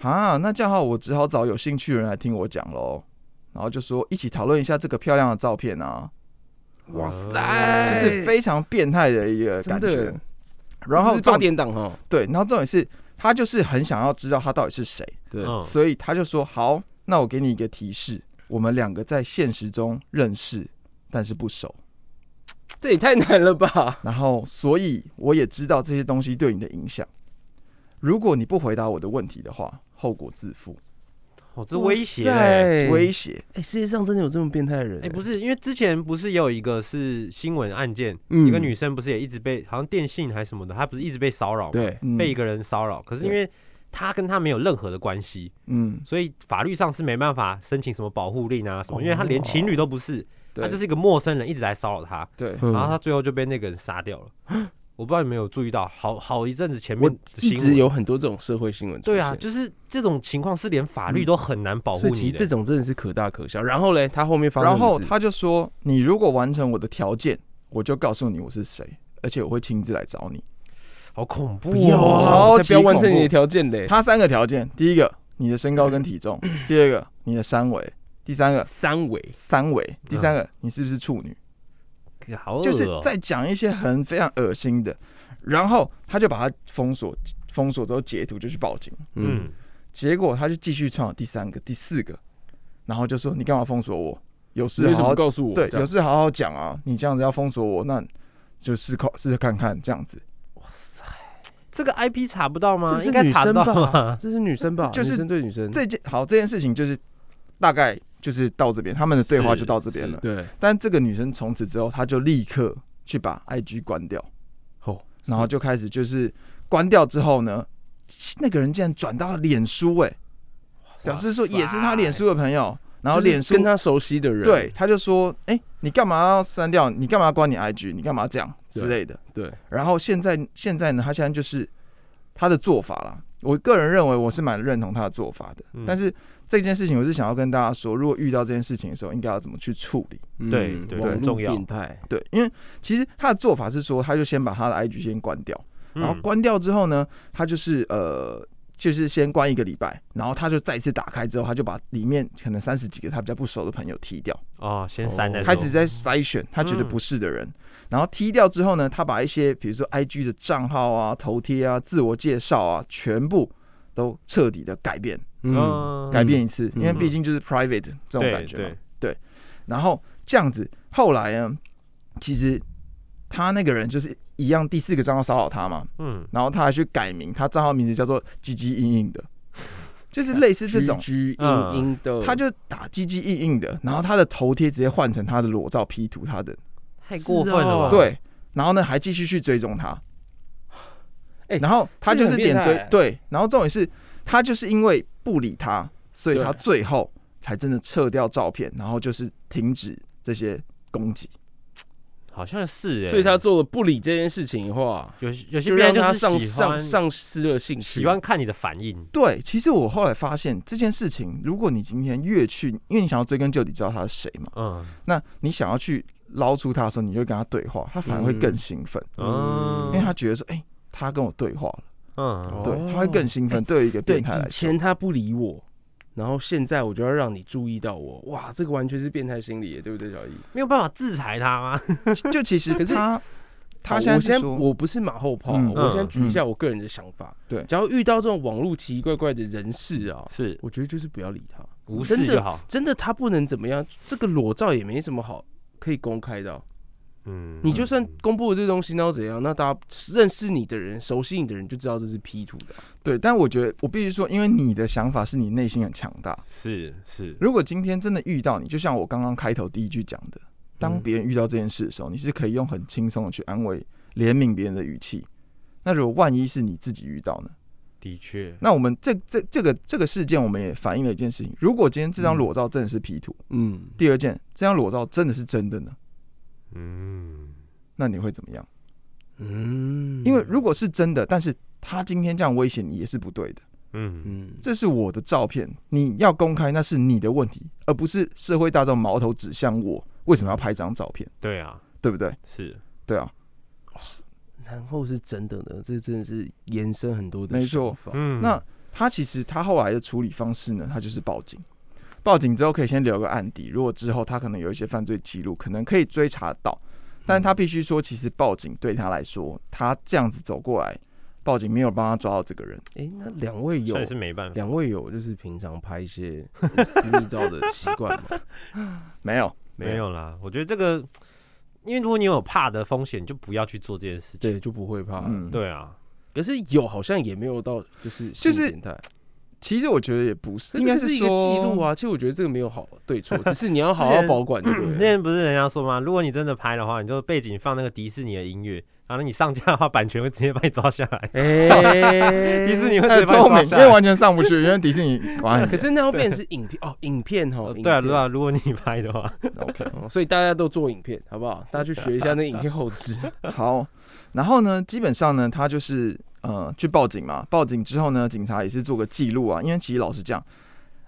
Speaker 4: 啊，那这样的话，我只好找有兴趣的人来听我讲喽。然后就说一起讨论一下这个漂亮的照片啊，
Speaker 3: 哇
Speaker 4: 就
Speaker 3: 塞，
Speaker 4: 是非常变态的一个感
Speaker 3: 真
Speaker 4: 觉
Speaker 3: 的。
Speaker 4: 然后
Speaker 3: 这是八
Speaker 4: 重
Speaker 3: 点档哈，
Speaker 4: 对，然后重点是他就是很想要知道他到底是谁。
Speaker 3: 对，
Speaker 2: 嗯，
Speaker 4: 所以他就说：“好，那我给你一个提示，我们两个在现实中认识，但是不熟。
Speaker 3: 这也太难了吧？
Speaker 4: 然后，所以我也知道这些东西对你的影响。如果你不回答我的问题的话，后果自负。
Speaker 2: 哦，这威胁
Speaker 3: 哇
Speaker 2: 嘞、
Speaker 3: 塞
Speaker 4: 威胁，
Speaker 3: 哎、世界上真的有这么变态的人、欸
Speaker 2: 哎、不是，因为之前不是也有一个是新闻案件，
Speaker 3: 嗯
Speaker 2: 一个女生不是也一直被好像电信还是什么的，她不是一直被骚扰吗，
Speaker 3: 对，
Speaker 4: 嗯
Speaker 2: 被一个人骚扰，可是因为她跟他没有任何的关系，
Speaker 4: 嗯，
Speaker 2: 所以法律上是没办法申请什么保护令啊什么，
Speaker 4: 哦
Speaker 2: 因为她连情侣都不是，她
Speaker 4: 对，
Speaker 2: 就是一个陌生人一直来骚扰她，
Speaker 4: 对，
Speaker 3: 嗯
Speaker 2: 然后她最后就被那个人杀掉 了。我不知道你们有注意到，好好一阵子前面
Speaker 3: 我
Speaker 2: 的
Speaker 3: 一
Speaker 2: 新闻
Speaker 3: 直有很多这种社会新闻出现，嗯
Speaker 2: 对啊，就是这种情况是连法律都很难保护
Speaker 3: 所以
Speaker 2: 你的。
Speaker 3: 其实这种真的是可大可小。然后嘞，他后面发生
Speaker 4: 然
Speaker 3: 什么
Speaker 4: 后
Speaker 3: 事，
Speaker 4: 他就说：你如果完成我的条件，我就告诉你我是谁，而且我会亲自来找你。
Speaker 2: 好恐怖
Speaker 3: 不要
Speaker 2: 哦！
Speaker 3: 啊，
Speaker 4: 超
Speaker 3: 才
Speaker 4: 级
Speaker 3: 不要完成你
Speaker 4: 恐
Speaker 3: 的
Speaker 4: 怖
Speaker 3: 条件嘞。
Speaker 4: 它三个条件：第一个，你的身高跟体重；第二个，你的三围；第三个，
Speaker 3: 三围，
Speaker 4: 三围；第三个，你是不是处女？
Speaker 2: 好恶哦，
Speaker 4: 就是在讲一些很非常恶心的，然后他就把它封锁，封锁之后截图就去报警，
Speaker 3: 嗯，
Speaker 2: 嗯，
Speaker 4: 结果他就继续创第三个、第四个，然后就说你干嘛封锁我？有
Speaker 3: 你
Speaker 4: 事
Speaker 3: 为什
Speaker 4: 好
Speaker 3: 么
Speaker 4: 好
Speaker 3: 不告诉我？
Speaker 4: 对，
Speaker 3: 这
Speaker 4: 有
Speaker 3: 样
Speaker 4: 事好好讲啊！你这样子要封锁我，那就试考试试看看这样子。
Speaker 2: 这个 IP 查不到吗
Speaker 3: 这？是
Speaker 2: 应该
Speaker 3: 女
Speaker 2: 查得
Speaker 3: 生
Speaker 2: 到
Speaker 3: 吧？
Speaker 2: 吧？
Speaker 3: 这是女生吧？
Speaker 4: 就是
Speaker 3: 女生对女生，
Speaker 4: 这件好这件事情就是大概就是到这边，他们的对话就到这边了。
Speaker 3: 对，
Speaker 4: 但这个女生从此之后，她就立刻去把 IG 关掉，
Speaker 3: 哦，
Speaker 4: 然后就开始就是关掉之后呢，那个人竟然转到脸书、哎，表示说也是他脸书的朋友，然后
Speaker 3: 就是
Speaker 4: 脸书
Speaker 3: 跟他熟悉的人，
Speaker 4: 对，他就说：“哎、你干嘛要删掉？你干嘛要关你 IG？你干嘛这样
Speaker 3: 对
Speaker 4: 之类的？”
Speaker 3: 对。
Speaker 4: 然后现在现在呢，他现在就是他的做法啦。我个人认为我是蛮认同他的做法的，
Speaker 2: 嗯
Speaker 4: 但是这件事情我是想要跟大家说，如果遇到这件事情的时候，应该要怎么去处理？
Speaker 3: 嗯
Speaker 2: 对对
Speaker 3: 网
Speaker 4: 很
Speaker 3: 络
Speaker 2: 重要
Speaker 3: 变态，
Speaker 4: 对，因为其实他的做法是说，他就先把他的 IG 先关掉，
Speaker 2: 嗯
Speaker 4: 然后关掉之后呢，他就是呃。就是先关一个礼拜，然后他就再一次打开之后，他就把里面可能三十几个他比较不熟的朋友踢掉。
Speaker 2: 哦，先删再
Speaker 3: 哦
Speaker 2: 说
Speaker 4: 开始在筛选他觉得不是的人，
Speaker 2: 嗯
Speaker 4: 然后踢掉之后呢，他把一些比如说 IG 的账号啊、头贴啊、自我介绍啊，全部都彻底的改变，
Speaker 3: 嗯，
Speaker 4: 改变一次，
Speaker 3: 嗯
Speaker 4: 因为毕竟就是 private 这种
Speaker 2: 对
Speaker 4: 感觉嘛
Speaker 2: 对。
Speaker 4: 然后这样子，后来呢，其实他那个人就是一样，第四个账号骚扰他嘛，
Speaker 2: 嗯，
Speaker 4: 然后他还去改名，他账号名字叫做“唧唧硬 硬”的，就是类似这种。
Speaker 3: 居
Speaker 2: 嗯
Speaker 3: 阴阴的，
Speaker 4: 他就打“唧唧硬硬”的，然后他的头贴直接换成他的裸照 P 图，他的
Speaker 2: 太过分了吧？
Speaker 3: 啊是哦，
Speaker 4: 对，然后呢还继续去追踪他，
Speaker 3: 哎
Speaker 4: 然后他
Speaker 3: 这
Speaker 4: 就
Speaker 3: 个
Speaker 4: 是
Speaker 3: 很
Speaker 4: 点
Speaker 3: 变态
Speaker 4: 追
Speaker 3: 欸
Speaker 4: 对，然后重点是他就是因为不理他，所以
Speaker 3: 对
Speaker 4: 他最后才真的撤掉照片，然后就是停止这些攻击，
Speaker 2: 好像是哎，
Speaker 3: 所以他做了不理这件事情的话，
Speaker 2: 有些有些
Speaker 3: 就
Speaker 2: 别
Speaker 3: 让
Speaker 2: 人
Speaker 3: 他
Speaker 2: 就是
Speaker 3: 丧
Speaker 2: 喜欢
Speaker 3: 丧丧失了兴趣，
Speaker 2: 喜欢看你的反应，
Speaker 4: 对，其实我后来发现这件事情，如果你今天越去，因为你想要追根究底知道他是谁嘛，
Speaker 2: 嗯
Speaker 4: 那你想要去捞出他的时候，你就跟他对话，他反而会
Speaker 3: 嗯
Speaker 4: 更兴奋，
Speaker 2: 嗯，
Speaker 4: 因为他觉得说，哎、他跟我对话了，
Speaker 2: 嗯
Speaker 4: 对，他会
Speaker 3: 哦
Speaker 4: 更兴奋。对于一个
Speaker 3: 对，
Speaker 4: 变态来
Speaker 3: 以
Speaker 4: 说
Speaker 3: 前，他不理我，然后现在我就要让你注意到我，哇，这个完全是变态心理耶，对不对，小易？
Speaker 2: 没有办法制裁他吗？
Speaker 4: 就其实
Speaker 3: 可是
Speaker 4: 他他现
Speaker 3: 好哦
Speaker 4: 在
Speaker 3: 我
Speaker 4: 是
Speaker 3: 先
Speaker 4: 说
Speaker 3: 我不是马后炮，
Speaker 4: 嗯
Speaker 3: 我先举一
Speaker 4: 嗯
Speaker 3: 下我个人的想法。
Speaker 4: 对
Speaker 3: 只要遇到这种网络奇奇怪怪的人士啊，
Speaker 2: 是
Speaker 3: 我觉得就是不要理他，
Speaker 2: 无
Speaker 3: 真
Speaker 2: 视
Speaker 3: 的
Speaker 2: 就好，
Speaker 3: 真的他不能怎么样，这个裸照也没什么好可以公开的啊、
Speaker 2: 嗯，
Speaker 3: 你就算公布了这东西，那又怎样？那大家认识你的人、熟悉你的人就知道这是 P 图的啊。
Speaker 4: 对，但我觉得我必须说，因为你的想法是你内心很强大。
Speaker 2: 是是，
Speaker 4: 如果今天真的遇到你，就像我刚刚开头第一句讲的，当
Speaker 3: 嗯
Speaker 4: 别人遇到这件事的时候，你是可以用很轻松的去安慰、怜悯别人的语气。那如果万一是你自己遇到呢？
Speaker 2: 的确，
Speaker 4: 那我们这这这个这个事件，我们也反映了一件事情：如果今天这
Speaker 3: 嗯
Speaker 4: 张裸照真的是 P 图，
Speaker 3: 嗯，
Speaker 4: 第二件这张裸照真的是真的呢，
Speaker 2: 嗯，
Speaker 4: 那你会怎么样？
Speaker 3: 嗯
Speaker 4: 因为如果是真的，但是他今天这样威胁你也是不对的。
Speaker 2: 嗯，
Speaker 3: 嗯，
Speaker 4: 这是我的照片，你要公开那是你的问题，而不是社会大众矛头指向我。为什么要拍这张照片？
Speaker 2: 对啊，
Speaker 4: 对不对？
Speaker 2: 是，
Speaker 4: 对啊，
Speaker 3: 然后是真的呢，这真的是延伸很多的
Speaker 4: 没错
Speaker 3: 想法。
Speaker 2: 嗯，
Speaker 4: 那他其实他后来的处理方式呢，他就是报警。报警之后可以先留个案底，如果之后他可能有一些犯罪记录，可能可以追查到。但他必须说，其实报警对他来说，他这样子走过来，报警没有帮他抓到这个人。
Speaker 3: 哎、那两位有
Speaker 2: 算是没办法，
Speaker 3: 两位有就是平常拍一些私密照的习惯 吗？
Speaker 4: 没有，
Speaker 2: 没，有啦。我觉得这个，因为如果你有怕的风险，就不要去做这件事情。
Speaker 3: 对，就不会怕。
Speaker 4: 嗯，。
Speaker 2: 对啊，
Speaker 3: 可是有好像也没有到就是
Speaker 4: 就
Speaker 3: 性
Speaker 4: 是
Speaker 3: 变态，
Speaker 4: 其实我觉得也不是，
Speaker 3: 可
Speaker 4: 应该
Speaker 3: 这个是一个
Speaker 4: 说
Speaker 3: 记录。 啊。其实我觉得这个没有好对错，只是你要好好保管就
Speaker 2: 之
Speaker 3: 对了。
Speaker 2: 前不是人家说吗？如果你真的拍的话，你就背景放那个迪士尼的音乐，然后你上架的话，版权会直接把你抓下来。
Speaker 3: 哎
Speaker 2: 迪士尼会直接
Speaker 4: 很
Speaker 2: 把你
Speaker 4: 聪
Speaker 2: 抓
Speaker 4: 明，
Speaker 2: 下
Speaker 4: 因为
Speaker 2: 来。
Speaker 4: 完全上不去，因为迪士尼玩很
Speaker 3: 可是那要变成是 影片哦，影片哦
Speaker 2: 呃，对啊，
Speaker 3: 影片
Speaker 2: 对啊，如果你拍的话，
Speaker 4: OK。
Speaker 3: 哦所以大家都做影片，好不好？大家去学一下那影片后置。
Speaker 4: 好，然后呢，基本上呢，他就是呃去报警嘛，报警之后呢，警察也是做个记录啊，因为其实老实讲，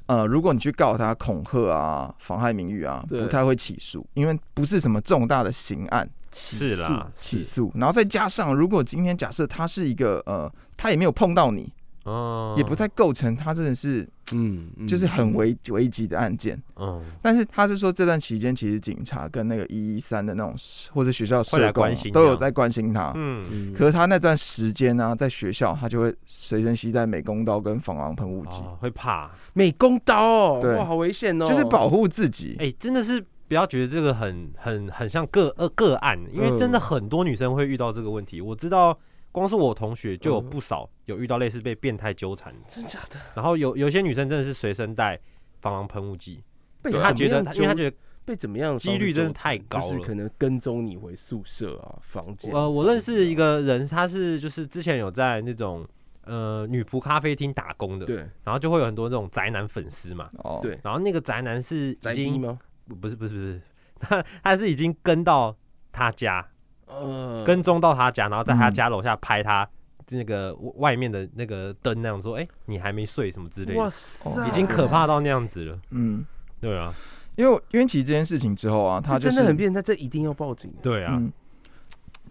Speaker 4: 呃，如果你去告他恐吓啊、妨害名誉啊，
Speaker 3: 对
Speaker 4: 不太会起诉，因为不是什么重大的刑案，
Speaker 3: 起
Speaker 2: 是
Speaker 3: 诉
Speaker 2: 啦，
Speaker 4: 起
Speaker 2: 是
Speaker 4: 诉，然后再加上，如果今天假设他是一个呃，他也没有碰到你，
Speaker 2: 嗯
Speaker 4: 也不太构成他真的是
Speaker 3: 嗯，嗯
Speaker 4: 就是很危危急的案件。
Speaker 2: 嗯，
Speaker 4: 但是他是说这段期间，其实警察跟那个一一三的那种或者学校社
Speaker 2: 会来
Speaker 4: 工啊
Speaker 2: 关心
Speaker 4: 都有
Speaker 2: 这样
Speaker 4: 在关心他。
Speaker 2: 嗯，
Speaker 3: 嗯
Speaker 4: 可是他那段时间呢、在学校他就会随身携带美工刀跟防狼喷雾剂，
Speaker 2: 哦，会怕，
Speaker 3: 美工刀哦，
Speaker 4: 对
Speaker 3: 哇，好危险哦，
Speaker 4: 就是保护自己。
Speaker 2: 哎，真的是不要觉得这个很很很像个呃个案，因为
Speaker 3: 嗯
Speaker 2: 真的很多女生会遇到这个问题。我知道，光是我同学就有不少有遇到类似被变态纠缠，
Speaker 3: 嗯真假的
Speaker 2: 然后有有些女生真的是随身带防狼喷雾剂，
Speaker 3: 被
Speaker 2: 她觉得她因为她
Speaker 3: 得
Speaker 2: 觉得
Speaker 3: 被怎么样的
Speaker 2: 几率真的太高
Speaker 3: 就是
Speaker 2: 了
Speaker 3: 可能跟踪你回宿舍啊房间。
Speaker 2: 呃，我认识
Speaker 3: 嗯
Speaker 2: 一个人，他是就是之前有在那种呃女仆咖啡厅打工的，
Speaker 3: 对
Speaker 2: 然后就会有很多这种宅男粉丝嘛。
Speaker 4: 哦，
Speaker 3: 对
Speaker 2: 然后那个宅男是已
Speaker 3: 宅逼
Speaker 2: 经
Speaker 3: 吗？
Speaker 2: 不是不是不是， 他他是已经跟到他家，
Speaker 3: 呃，
Speaker 2: 跟踪到他家，然后在他
Speaker 4: 嗯
Speaker 2: 家楼下拍他那个外面的那个灯那样说，哎、你还没睡什么之类
Speaker 3: 哇
Speaker 2: 的，
Speaker 3: 塞，
Speaker 4: 哦
Speaker 2: 已经可怕到那样子了。
Speaker 4: 嗯，
Speaker 2: 对啊，
Speaker 4: 因为我因为其实这件事情之后啊，他
Speaker 3: 这
Speaker 4: 就是
Speaker 3: 真的很变态，这一定要报警。
Speaker 2: 对啊，
Speaker 4: 嗯，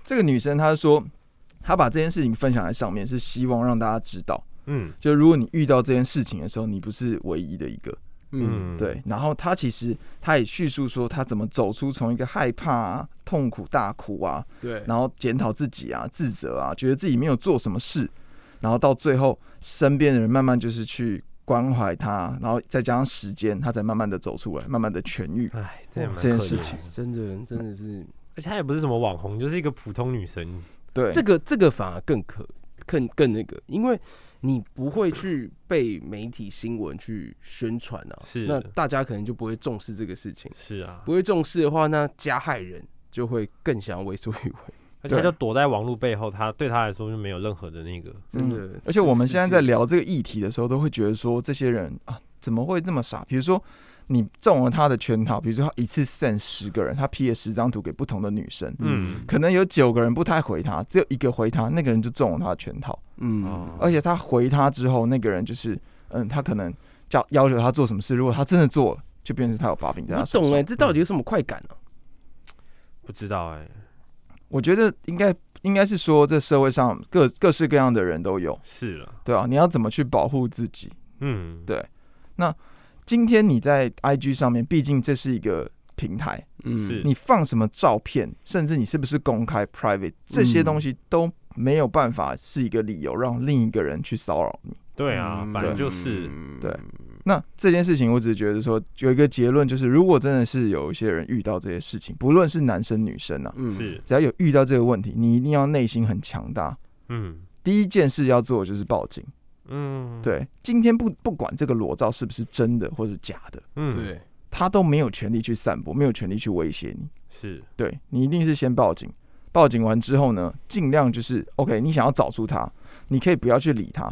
Speaker 4: 这个女生她说，她把这件事情分享在上面，是希望让大家知道，
Speaker 2: 嗯
Speaker 4: 就如果你遇到这件事情的时候，你不是唯一的一个。
Speaker 2: 嗯，
Speaker 4: 对，然后她其实她也叙述说，她怎么走出从一个害怕、啊、痛苦、大哭啊，
Speaker 3: 对，
Speaker 4: 然后检讨自己啊、自责啊，觉得自己没有做什么事，然后到最后身边的人慢慢就是去。关怀她，然后再加上时间，她才慢慢的走出来，慢慢的痊愈。
Speaker 2: 哎，真的蛮
Speaker 4: 这件
Speaker 2: 可
Speaker 4: 事
Speaker 2: 怜
Speaker 4: 情
Speaker 2: 的
Speaker 3: 真的真的是
Speaker 2: 而且她也不是什么网红，就是一个普通女生。
Speaker 4: 对，嗯
Speaker 3: 这个这个反而更可更更那个，因为你不会去被媒体新闻去宣传啊，
Speaker 2: 是
Speaker 3: 那大家可能就不会重视这个事情，
Speaker 2: 是啊，
Speaker 3: 不会重视的话，那加害人就会更想要为所欲为，
Speaker 2: 而且他
Speaker 4: 对
Speaker 2: 就躲在网络背后，他对他来说就没有任何的那个，
Speaker 3: 真的。
Speaker 4: 嗯而且我们现在
Speaker 3: 这个
Speaker 4: 在
Speaker 3: 世界，
Speaker 4: 聊这个议题的时候，都会觉得说这些人啊，怎么会那么傻？比如说你中了他的圈套，比如说他一次 send 十个人，他 P 了十张图给不同的女生，
Speaker 2: 嗯
Speaker 4: 可能有九个人不太回他，只有一个回他，那个人就中了他的圈套。
Speaker 3: 嗯
Speaker 2: 哦，
Speaker 4: 而且他回他之后，那个人就是嗯，他可能叫要求他做什么事，如果他真的做了，就变成他有把柄在
Speaker 3: 不
Speaker 4: 他手
Speaker 3: 懂
Speaker 4: 上。
Speaker 3: 哎，这到底有什么快感呢？
Speaker 2: 不知道哎、
Speaker 4: 我觉得应该应该是说，这社会上各各式各样的人都有，
Speaker 2: 是了，
Speaker 4: 对吧、啊你要怎么去保护自己？
Speaker 2: 嗯，
Speaker 4: 对今天你在 IG 上面，毕竟这是一个平台，
Speaker 3: 嗯
Speaker 2: 是
Speaker 4: 你放什么照片，甚至你是不是公开 private，这些东西都没有办法是一个理由让另一个人去骚扰你。
Speaker 2: 对啊，
Speaker 3: 嗯
Speaker 2: 反正就是，
Speaker 4: 嗯对那这件事情，我只是觉得说有一个结论，就是如果真的是有一些人遇到这些事情，不论是男生女生啊，
Speaker 3: 嗯，
Speaker 2: 是，
Speaker 4: 只要有遇到这个问题，你一定要内心很强大。
Speaker 2: 嗯
Speaker 4: 第一件事要做的就是报警。
Speaker 2: 嗯，，
Speaker 4: 对，今天不不管这个裸照是不是真的或是假的，
Speaker 2: 嗯，
Speaker 3: 对，
Speaker 4: 他都没有权利去散播，没有权利去威胁你。
Speaker 2: 是，
Speaker 4: 对你一定是先报警，报警完之后呢，尽量就是 OK，你想要找出他，你可以不要去理他，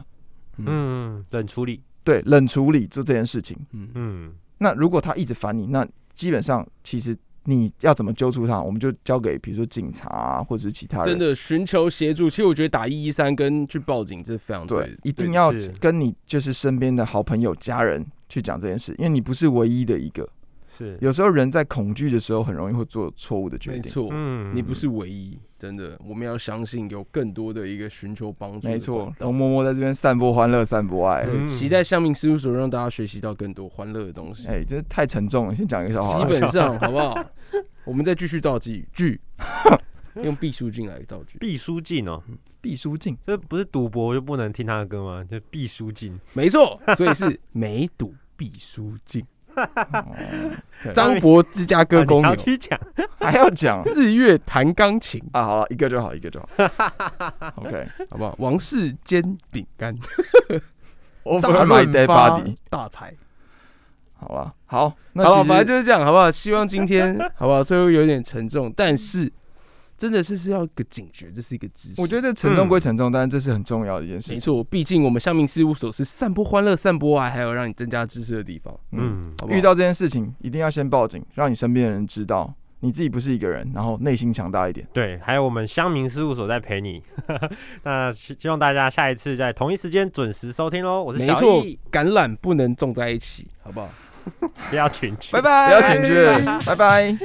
Speaker 2: 嗯，冷处理，
Speaker 4: 对，冷处理做这件事情。
Speaker 3: 嗯，
Speaker 2: 嗯，
Speaker 4: 那如果他一直烦你，那基本上其实你要怎么揪出他，我们就交给比如说警察啊，或者是其他人，
Speaker 3: 真的寻求协助。其实我觉得打一一三跟去报警这非常
Speaker 4: 对，一
Speaker 3: 对
Speaker 4: 定要
Speaker 2: 是
Speaker 4: 跟你就是身边的好朋友、家人去讲这件事，因为你不是唯一的一个。
Speaker 2: 是，
Speaker 4: 有时候人在恐惧的时候，很容易会做错误的决
Speaker 3: 没
Speaker 4: 定。
Speaker 3: 错，
Speaker 2: 嗯
Speaker 3: 你不是唯一，真的，我们要相信有更多的一个寻求帮助。
Speaker 4: 没错，，哎然后默默在这边散播欢乐、散播爱。
Speaker 3: 对，
Speaker 2: 嗯
Speaker 3: 期待香明事务所让大家学习到更多欢乐的东西。
Speaker 4: 哎，真的太沉重了，先讲一个笑话
Speaker 3: 基。本上好不好？我们再继续造句句，用毕书尽来造句。
Speaker 2: 毕书尽哦，
Speaker 3: 嗯
Speaker 4: 毕书尽。
Speaker 2: 这不是赌博就不能听他的歌吗？就毕书尽，
Speaker 3: 没错，所以 是梅赌毕书尽。
Speaker 4: 哦 对
Speaker 3: 张博芝加哥公
Speaker 2: 啊
Speaker 3: 牛
Speaker 2: 你要，去讲，
Speaker 4: 还要讲
Speaker 3: 日月弹钢琴，
Speaker 4: 啊？好了，一个就好，一个就 好。OK，
Speaker 3: 好不好？王氏煎饼干，
Speaker 4: 我
Speaker 3: 大
Speaker 4: 买
Speaker 3: 润
Speaker 4: dead
Speaker 3: 发
Speaker 4: body，
Speaker 3: 大财。
Speaker 4: 好吧？好，那
Speaker 3: 好了，
Speaker 4: 其
Speaker 3: 反正
Speaker 4: 实
Speaker 3: 就是这样，好不好？希望今 天好不好？虽然有点沉重，但是真的是是要一个警觉，这是一个知识。
Speaker 4: 我觉得这沉重归沉重，但是这是很重要的一件
Speaker 3: 嗯没
Speaker 4: 事情。
Speaker 3: 错，毕竟我们香明事务所是散播欢乐、散播爱，还有让你增加知识的地方，
Speaker 4: 嗯，
Speaker 2: 嗯，
Speaker 3: 好不好？
Speaker 4: 遇到这件事情一定要先报警，让你身边的人知道你自己不是一个人，然后内心强大一点。
Speaker 2: 对，还有我们乡民事务所在陪你， 那希希望大家下一次在同一时间准时收听喽。我是
Speaker 3: 没
Speaker 2: 小
Speaker 3: 错
Speaker 2: 易，，
Speaker 3: 橄榄不能种在一起，好不好？
Speaker 2: 不要群聚，
Speaker 4: 不要警觉，拜拜。